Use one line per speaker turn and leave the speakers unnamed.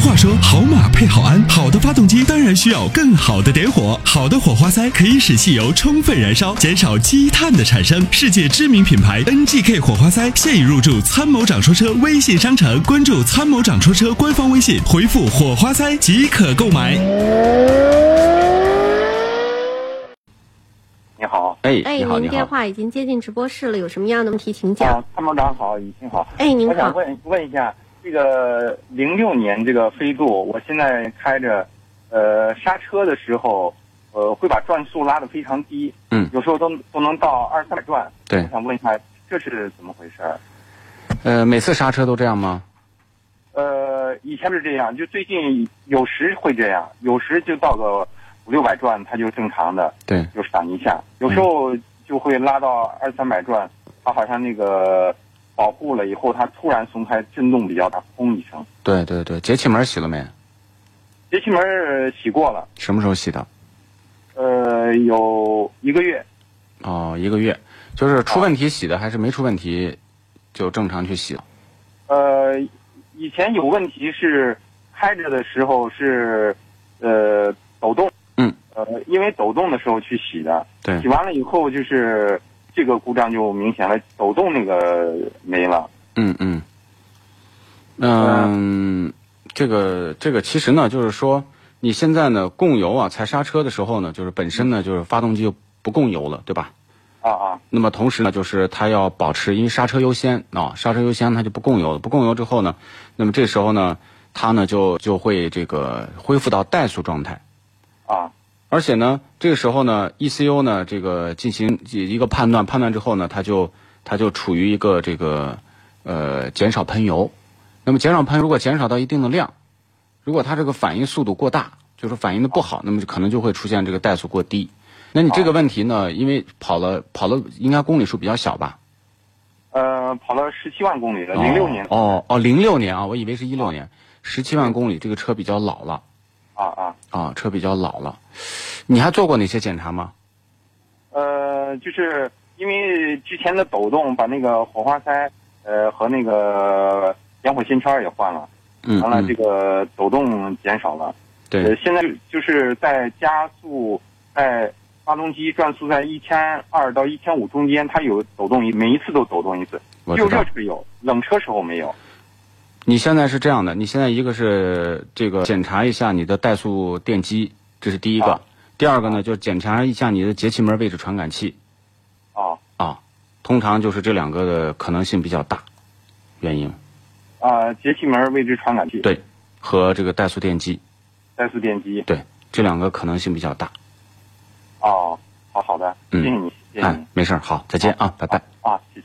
话说，好马配好鞍，好的发动机当然需要更好的点火。好的火花塞可以使汽油充分燃烧，减少积碳的产生。世界知名品牌 NGK 火花塞现已入驻参谋长说车微信商城，关注参谋长说车官方微信，回复火花塞即可购买。
你好，
哎，
哎，
你好，你
您电
好，
话已经接进直播室了，有什么样的问题请
啊
讲。，
参谋长好，雨欣好，
哎，您
我想
好，
问问一下，这个零六年这个飞度，我现在开着，呃，刹车的时候，呃，会把转速拉得非常低，
嗯
有时候都都能到二三百转。
对
我想问一下，这是怎么回事儿？
呃，每次刹车都这样吗？
呃，以前不是这样，就最近有时会这样，有时就到个五六百转，它就正常的，
对，
就闪一下，有
嗯
时候就会拉到二三百转，它好像那个保护了以后，它突然松开，震动比较大，砰一声。
对对对，节气门洗了没？
节气门儿洗过了，
什么时候洗的？
呃，有一个月，
哦，一个月，就是出问题洗的，还是没出问题就正常去洗？
呃，以前有问题是开着的时候是，呃，抖动，
嗯，
呃，因为抖动的时候去洗的，
对
洗，完了以后就是这个故障就明显了，抖动那个没了。
嗯嗯，嗯，这个这个其实呢，就是说你现在呢供油啊，踩刹车的时候呢，就是本身呢就是发动机就不供油了，对吧？
啊啊，
那么同时呢，就是它要保持，因为刹车优先啊，刹车优先它就不供油了，不供油之后呢，那么这时候呢，它呢就就会这个恢复到怠速状态，
啊
而且呢，这个时候呢，ECU 呢这个进行一个判断，判断之后呢，它就它就处于一个这个呃减少喷油，那么减少喷，如果减少到一定的量，如果它这个反应速度过大，就是反应的不好，那么就可能就会出现这个怠速过低。那你这个问题呢，因为跑了跑了，应该公里数比较小吧？
呃，跑了十七万公里了，零六年。
哦哦，零六年啊，我以为是一六年，十七万公里，这个车比较老了
啊啊，
啊，车比较老了。你还做过哪些检查吗？
呃，就是因为之前的抖动，把那个火花塞，呃，和那个点火线圈儿也换了，
嗯，
完了
嗯
这个抖动减少了。呃，
对，
现在就是在加速，在发动机转速在一千二到一千五中间，它有抖动一，每一次都抖动一次。
我
就
知
热
道。
车有，冷车时候没有。
你现在是这样的，你现在一个是这个检查一下你的怠速电机，这是第一个；
啊
第二个呢，就检查一下你的节气门位置传感器
啊
啊，通常就是这两个的可能性比较大，原因
啊，节气门位置传感器，
对和这个怠速电机
怠速电机。
对这两个可能性比较大。
哦，好好的，谢
嗯
谢你，谢谢
哎
你，
没事儿，好，再见啊，拜拜。
啊，谢谢。